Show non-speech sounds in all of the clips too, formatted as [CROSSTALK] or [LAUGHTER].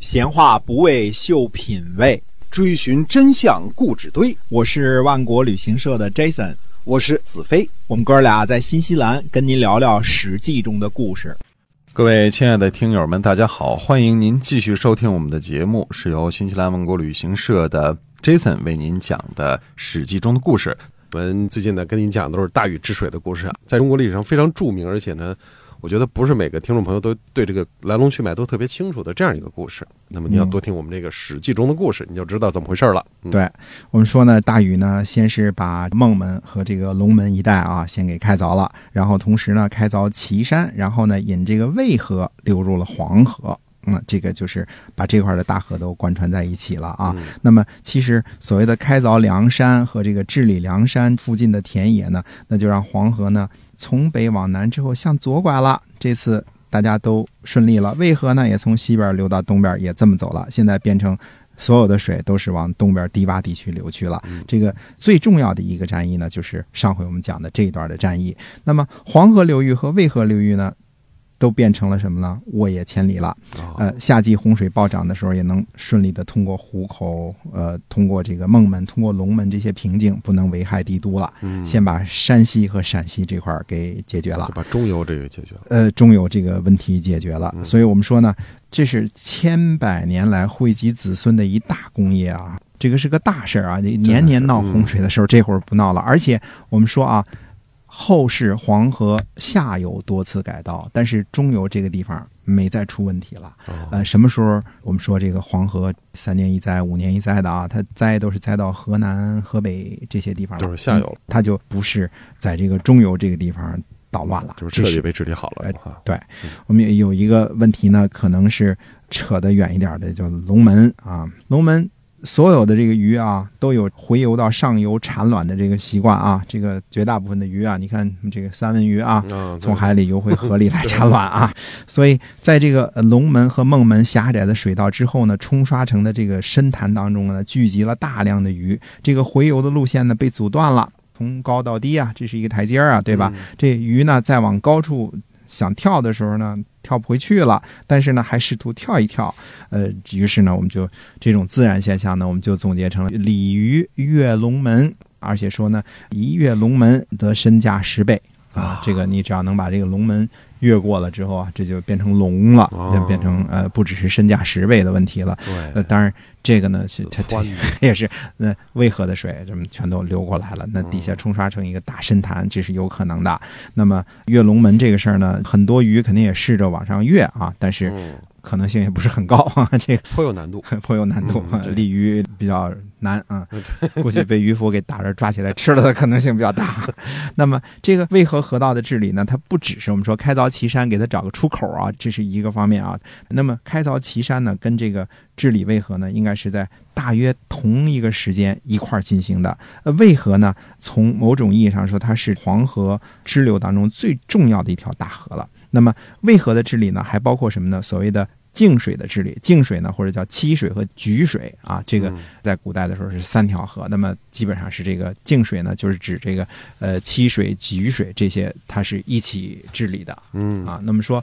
闲话不为秀品味，追寻真相故纸堆。我是万国旅行社的 Jason，我是子飞。我们哥俩在新西兰跟您聊聊《史记》中的故事。各位亲爱的听友们，大家好，欢迎您继续收听我们的节目，是由新西兰万国旅行社的 Jason 为您讲的《史记》中的故事。我们最近呢，跟您讲都是大禹治水的故事啊，在中国历史上非常著名，而且呢，我觉得不是每个听众朋友都对这个来龙去脉都特别清楚的这样一个故事。那么你要多听我们这个《史记》中的故事，你就知道怎么回事了。嗯对我们说呢，大禹呢，先是把孟门和这个龙门一带啊，先给开凿了，然后同时呢，开凿岐山，然后呢，引这个渭河流入了黄河。嗯，这个就是把这块的大河都贯穿在一起了啊。嗯那么，其实所谓的开凿梁山和这个治理梁山附近的田野呢，那就让黄河呢从北往南之后向左拐了。这次大家都顺利了，渭河呢也从西边流到东边，也这么走了。现在变成所有的水都是往东边低洼地区流去了。这个最重要的一个战役呢，就是上回我们讲的这一段的战役。那么黄河流域和渭河流域呢，都变成了什么呢？沃野千里了。啊，呃，夏季洪水暴涨的时候，也能顺利的通过壶口，呃，通过这个孟门，通过龙门这些瓶颈，不能危害帝都了。嗯，先把山西和陕西这块儿给解决了就。把中游这个解决了。呃，终有这个问题解决了。嗯所以我们说呢，这是千百年来惠及子孙的一大功业啊，这个是个大事儿啊。你年年闹洪水的时候，这会儿不闹嗯了。而且我们说啊，后世黄河下游多次改道，但是中游这个地方没再出问题了。哦，呃，什么时候我们说这个黄河三年一灾、五年一灾的啊？它灾都是灾到河南、河北这些地方了，就是下游了嗯它就不是在这个中游这个地方捣乱了，就是彻这底被治理好了哎啊。我们也有一个问题呢，可能是扯得远一点的，叫龙门啊，龙门。所有的这个鱼啊，都有回游到上游产卵的这个习惯啊。这个绝大部分的鱼啊，你看这个三文鱼啊，啊，从海里游回河里来产卵啊。所以，在这个呃龙门和孟门狭窄的水道之后呢，冲刷成的这个深潭当中呢，聚集了大量的鱼。这个回游的路线呢被阻断了，从高到低啊，这是一个台阶儿啊，对吧？嗯？这鱼呢，再往高处想跳的时候呢，跳不回去了，但是呢，还试图跳一跳。呃，于是呢，我们就这种自然现象呢，我们就总结成了鲤鱼跃龙门，而且说呢，一跃龙门得身价十倍啊。这个你只要能把这个龙门越过了之后啊，这就变成龙了，就变成呃，不只是身价十倍的问题了。呃，对，当然这个呢是它它 [LAUGHS] 湍的也是那渭河的水，这么全都流过来了，那底下冲刷成一个大深潭，这是有可能的。那么跃龙门这个事儿呢，很多鱼肯定也试着往上跃啊，但是嗯可能性也不是很高 [LAUGHS] 啊，这个颇有难度。颇有难度嗯啊，对嗯鲤鱼比较难啊， [LAUGHS] 估计被渔夫给打着抓起来吃了的可能性比较大。 [LAUGHS] 那么这个渭河河道的治理呢，它不只是我们说开凿岐山给它找个出口啊，这是一个方面啊。那么开凿岐山呢，跟这个治理渭河呢，应该是在大约同一个时间一块儿进行的。呃，渭河呢，从某种意义上说，它是黄河支流当中最重要的一条大河了。那么渭河的治理呢，还包括什么呢？所谓的泾水的治理，泾水呢，或者叫七水和沮水啊，这个嗯在古代的时候是三条河，那么基本上是这个泾水呢，就是指这个呃七水、沮水这些，它是一起治理的嗯啊。那么说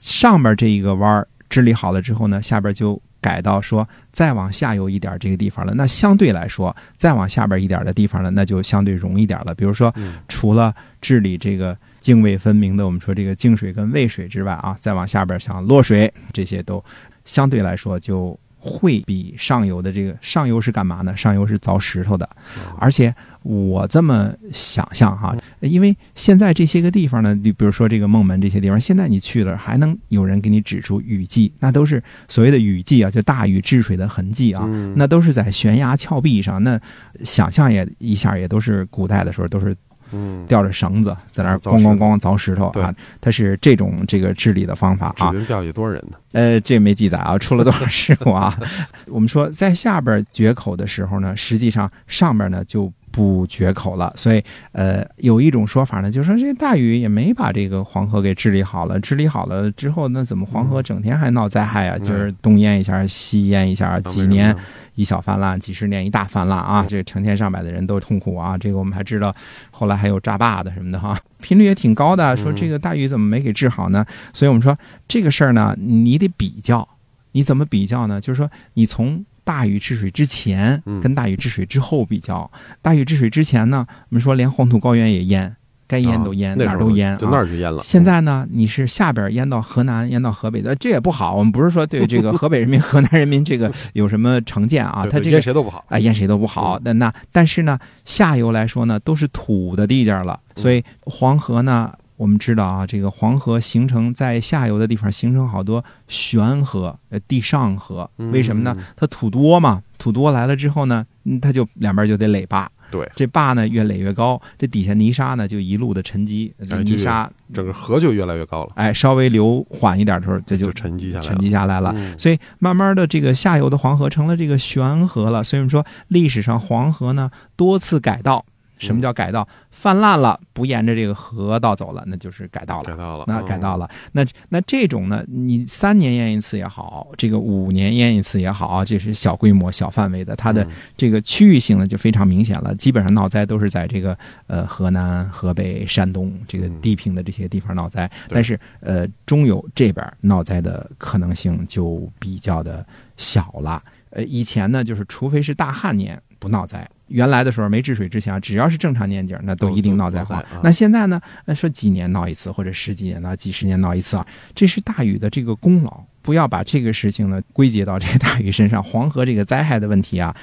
上面这一个弯儿治理好了之后呢，下边就改到说再往下游一点这个地方了。那相对来说，再往下边一点的地方呢，那就相对容易点了。比如说，嗯除了治理这个泾渭分明的我们说这个泾水跟渭水之外啊，再往下边像洛水这些都相对来说就会比上游的这个上游是干嘛呢？上游是凿石头的，嗯而且我这么想象哈、因为现在这些个地方呢，你比如说这个孟门这些地方，现在你去了还能有人给你指出雨迹，那都是所谓的雨迹啊，就大禹治水的痕迹啊。嗯那都是在悬崖峭壁上，那想象也一下也都是古代的时候，都是嗯，吊着绳子在那儿凿咣石头咣咣凿石头啊对，它是这种这个治理的方法指啊。定掉下多少人呢？呃，这没记载啊，出了多少事故啊？ [LAUGHS] 我们说在下边决口的时候呢，实际上上边呢就。不决口了，所以呃，有一种说法呢，就说这大禹也没把这个黄河给治理好了，治理好了之后，那怎么黄河整天还闹灾害啊？嗯就是东淹一下，西淹一下，几年啊一小泛滥，几十年一大泛滥啊！嗯这成千上百的人都痛苦啊！这个我们还知道，后来还有炸坝的什么的哈、频率也挺高嗯的。说这个大禹怎么没给治好呢？所以我们说这个事儿呢，你得比较，你怎么比较呢？就是说，你从大禹治水之前嗯跟大禹治水之后比较，大禹治水之前呢，我们说连黄土高原也淹，该淹都淹，啊那哪时候儿都淹就那啊。儿就淹了。嗯现在呢，你是下边淹到河南，淹到河北的，呃这也不好。我们不是说对这个河北人民、河南人民这个有什么成见啊，对他对这淹个谁都不好。啊，淹谁都不好。那那但是呢，下游来说呢，都是土的地界儿了，所以黄河呢，我们知道啊，这个黄河形成在下游的地方形成好多悬河、呃地上河，为什么呢？嗯？它土多嘛，土多来了之后呢，嗯它就两边就得垒坝。对，这坝呢越垒越高，这底下泥沙呢就一路的沉积，这哎泥就沙整个河就越来越高了，哎稍微流缓一点的时候，这就就沉积下来了，沉积下来了。嗯所以慢慢的，这个下游的黄河成了这个悬河了。所以我们说，历史上黄河呢多次改道。什么叫改道？泛滥了，不沿着这个河道走了，那就是改道了改。到了，嗯那改道了，了，那那这种呢，你三年淹一次也好，这个五年淹一次也好，啊这是小规模、小范围的，它的嗯这个区域性呢就非常明显了。基本上闹灾都是在这个呃河南、河北、山东这个嗯地平的这些地方闹灾，对但是呃中游这边闹灾的可能性就比较的小了。呃，以前呢就是除非是大旱年不闹灾。原来的时候没治水之前啊，只要是正常年景儿，那都都一定都闹灾闹灾荒啊。那现在呢？呃，说几年闹一次，或者十几年闹、几十年闹一次啊，这是大禹的这个功劳。不要把这个事情呢归结到这个大禹身上。黄河这个灾害的问题啊，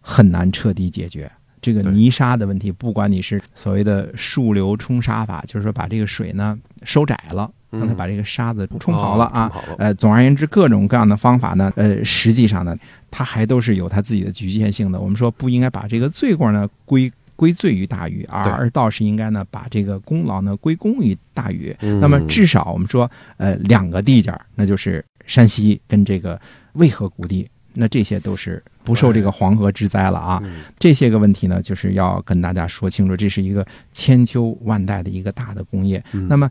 很难彻底解决。这个对泥沙的问题，不管你是所谓的束流冲沙法，就是说把这个水呢收窄了，让它嗯把这个沙子冲跑了啊。哦冲跑了呃，总而言之，各种各样的方法呢，呃，实际上呢，它还都是有它自己的局限性的。我们说不应该把这个罪过呢归归罪于大禹，而对而倒是应该呢把这个功劳呢归功于大禹。嗯那么至少我们说，呃，两个地界儿，那就是山西跟这个渭河谷地，那这些都是不受这个黄河之灾了啊。嗯这些个问题呢，就是要跟大家说清楚，这是一个千秋万代的一个大的工业。嗯那么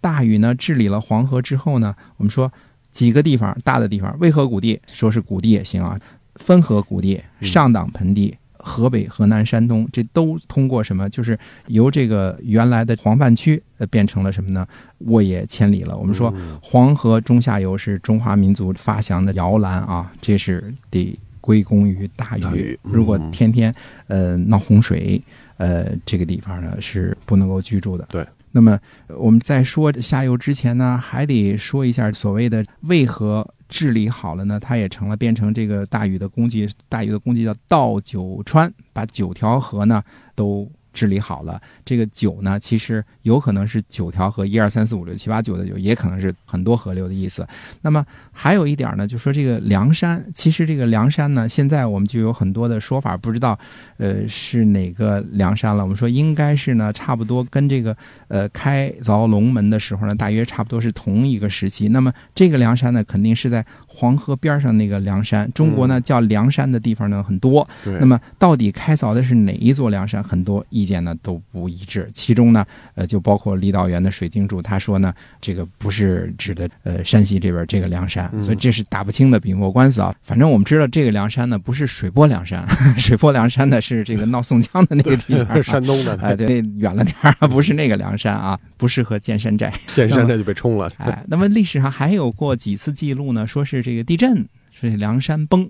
大禹呢治理了黄河之后呢，我们说几个地方大的地方，渭河谷地说是谷地也行啊，汾河谷地、嗯上党盆地。河北、河南、山东，这都通过什么？就是由这个原来的黄泛区，呃，变成了什么呢？沃野千里了。我们说，嗯黄河中下游是中华民族发祥的摇篮啊，这是得归功于大大禹禹。嗯如果天天呃闹洪水，呃，这个地方呢是不能够居住的。对。那么呃我们在说下游之前呢，还得说一下所谓的为何治理好了呢？它也成了变成这个大禹的功绩，大禹的功绩叫倒九川，把九条河呢都治理好了。这个九呢，其实有可能是九条河，一二三四五六七八九的九，也可能是很多河流的意思。那么还有一点呢，就说这个梁山，其实这个梁山呢，现在我们就有很多的说法，不知道呃是哪个梁山了。我们说应该是呢，差不多跟这个呃开凿龙门的时候呢，大约差不多是同一个时期。那么这个梁山呢，肯定是在黄河边上那个梁山。中国呢叫梁山的地方呢很多，对那么到底开凿的是哪一座梁山？很多意见呢都不一致，其中呢，呃，就包括李道元的水经注，他说呢，这个不是指的呃山西这边这个梁山，嗯。所以这是打不清的笔墨官司啊。反正我们知道这个梁山呢不是水泊梁山， [LAUGHS] 水泊梁山呢是这个闹宋江的那个地界儿啊 [LAUGHS] 山东的哎，对，远了点儿啊，不是那个梁山啊，不适合建山寨。见山这就被冲了，哎，那么历史上还有过几次记录呢，说是这个地震，是梁山崩。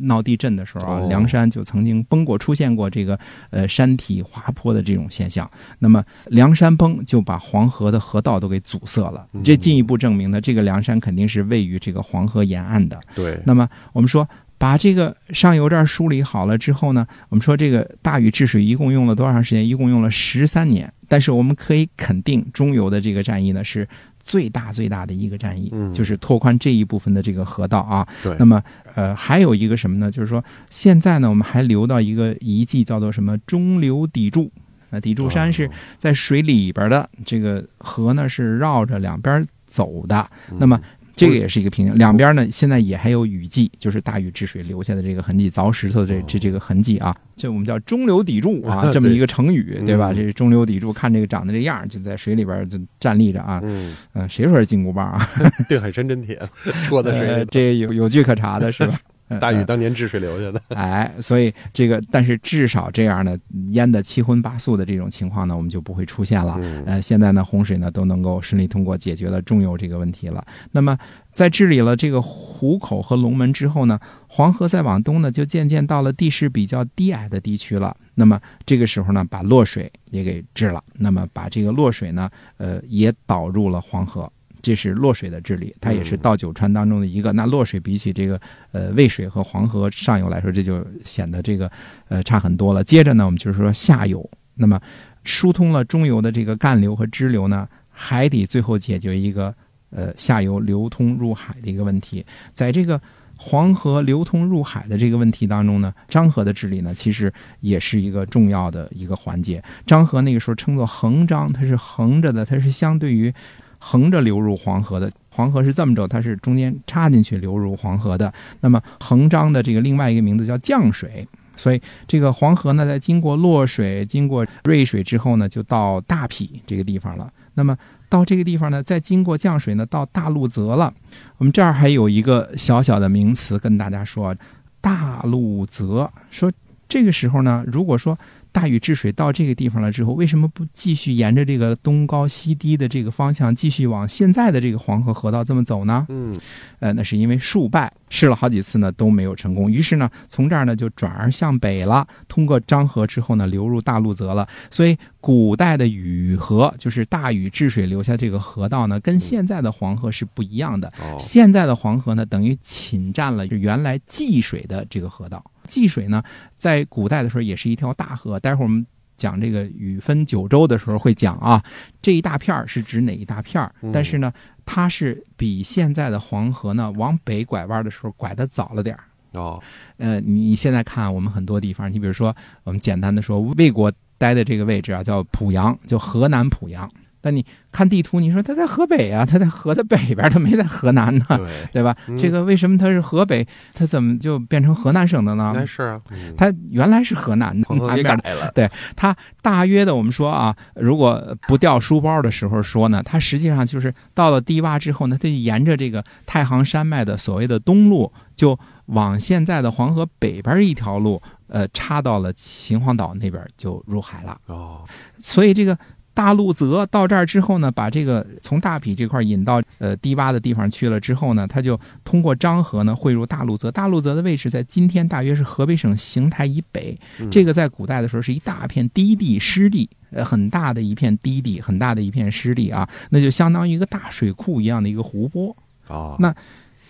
闹地震的时候啊哦，梁山就曾经崩过，出现过这个呃山体滑坡的这种现象。那么梁山崩就把黄河的河道都给阻塞了，这进一步证明呢，这个梁山肯定是位于这个黄河沿岸的。 [LAUGHS] 对，那么我们说，把这个上游这儿梳理好了之后呢，我们说这个大禹治水一共用了多长时间？一共用了十三年。但是我们可以肯定，中游的这个战役呢是最大最大的一个战役，嗯就是拓宽这一部分的这个河道啊。对那么呃，还有一个什么呢？就是说现在呢，我们还留到一个遗迹，叫做什么中流砥柱。呃，砥柱哦山嗯是在水里边的，这个河呢是绕着两边走的。嗯那么这个也是一个瓶颈，两边呢现在也还有雨迹，就是大禹治水留下的这个痕迹，凿石头这这这个痕迹啊，这我们叫中流砥柱啊，哦 [LAUGHS] 对这么一个成语，对吧？嗯这是中流砥柱，看这个长得这样，就在水里边就站立着啊。嗯， [LAUGHS] 嗯、谁说是金箍棒啊？定海神针铁戳在水呃里， [LAUGHS] 这有有据可查的是吧？呃大禹当年治水留下的。哎，所以这个，但是至少这样呢，淹的七荤八素的这种情况呢，我们就不会出现了。嗯呃，现在呢，洪水呢都能够顺利通过，解决了中游这个问题了。那么，在治理了这个湖口和龙门之后呢，黄河再往东呢，就渐渐到了地势比较低矮的地区了。那么这个时候呢，把洛水也给治了，那么把这个洛水呢，呃，也导入了黄河。这是洛水的治理，它也是嗯到九川当中的一个。那洛水比起这个呃渭水和黄河上游来说，这就显得这个呃差很多了。接着呢，我们就是说下游，那么疏通了中游的这个干流和支流呢，还得最后解决一个呃下游流通入海的一个问题。在这个黄河流通入海的这个问题当中呢，漳河的治理呢，其实也是一个重要的一个环节。漳河那个时候称作横漳，它是横着的，它是相对于横着流入黄河的。黄河是这么着，它是中间插进去流入黄河的。那么横漳的这个另外一个名字叫降水，所以这个黄河呢，在经过洛水、经过瑞水之后呢，就到大陂这个地方了。那么到这个地方呢，再经过降水呢，到大路泽了。我们这儿还有一个小小的名词跟大家说，大路泽。说这个时候呢，如果说大禹治水到这个地方了之后，为什么不继续沿着这个东高西低的这个方向继续往现在的这个黄河河道这么走呢？嗯，呃，那是因为数败试了好几次呢都没有成功，于是呢从这儿呢就转而向北了，通过漳河之后呢流入大路泽了。所以古代的禹河就是大禹治水留下这个河道呢，跟现在的黄河是不一样的。哦，现在的黄河呢，等于侵占了原来济水的这个河道。济水呢，在古代的时候也是一条大河，待会儿我们讲这个禹分九州的时候会讲啊，这一大片儿是指哪一大片儿嗯？但是呢，它是比现在的黄河呢往北拐弯的时候拐得早了点儿。 [LAUGHS] 哦，呃，你现在看我们很多地方，你比如说我们简单的说，魏国待的这个位置啊，叫濮阳，就河南濮阳。但你看地图，你说它在河北啊，它在河的北边儿，它没在河南呢。对，对吧？嗯这个为什么它是河北，它怎么就变成河南省的呢那？是啊，嗯它原来是河南的，黄河南给边改的。了，它大约的，我们说啊，如果不掉书包的时候说呢，它实际上就是到了低洼之后呢，它就沿着这个太行山脉的所谓的东路，就往现在的黄河北边一条路，呃，插到了秦皇岛那边就入海了。哦，所以这个大路泽到这儿之后呢，把这个从大陂这块引到呃低洼的地方去了之后呢，它就通过漳河呢汇入大路泽。大路泽的位置在今天大约是河北省邢台以北，嗯这个在古代的时候是一大片低地湿地。呃，很大的一片低地，很大的一片湿地啊，那就相当于一个大水库一样的一个湖泊。哦，那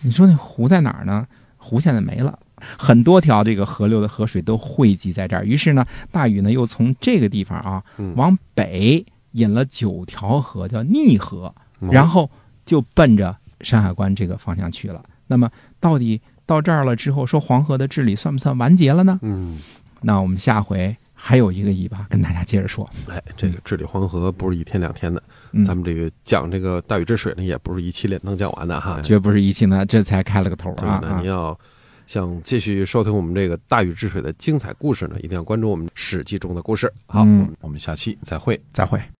你说那湖在哪儿呢？湖现在没了，很多条这个河流的河水都汇集在这儿。于是呢，大禹呢又从这个地方啊嗯往北引了九条河，叫逆河，嗯然后就奔着山海关这个方向去了。那么到底到这儿了之后，说黄河的治理算不算完结了呢？嗯，那我们下回还有一个尾巴跟大家接着说。哎，这个治理黄河不是一天两天的，嗯，咱们这个讲这个大禹治水呢，也不是一期连能讲完的哈。绝不是一气呢，这才开了个头所以啊！呢，啊您要想继续收听我们这个大禹治水的精彩故事呢，一定要关注我们《史记》中的故事。好，嗯我们我们下期再会。再会。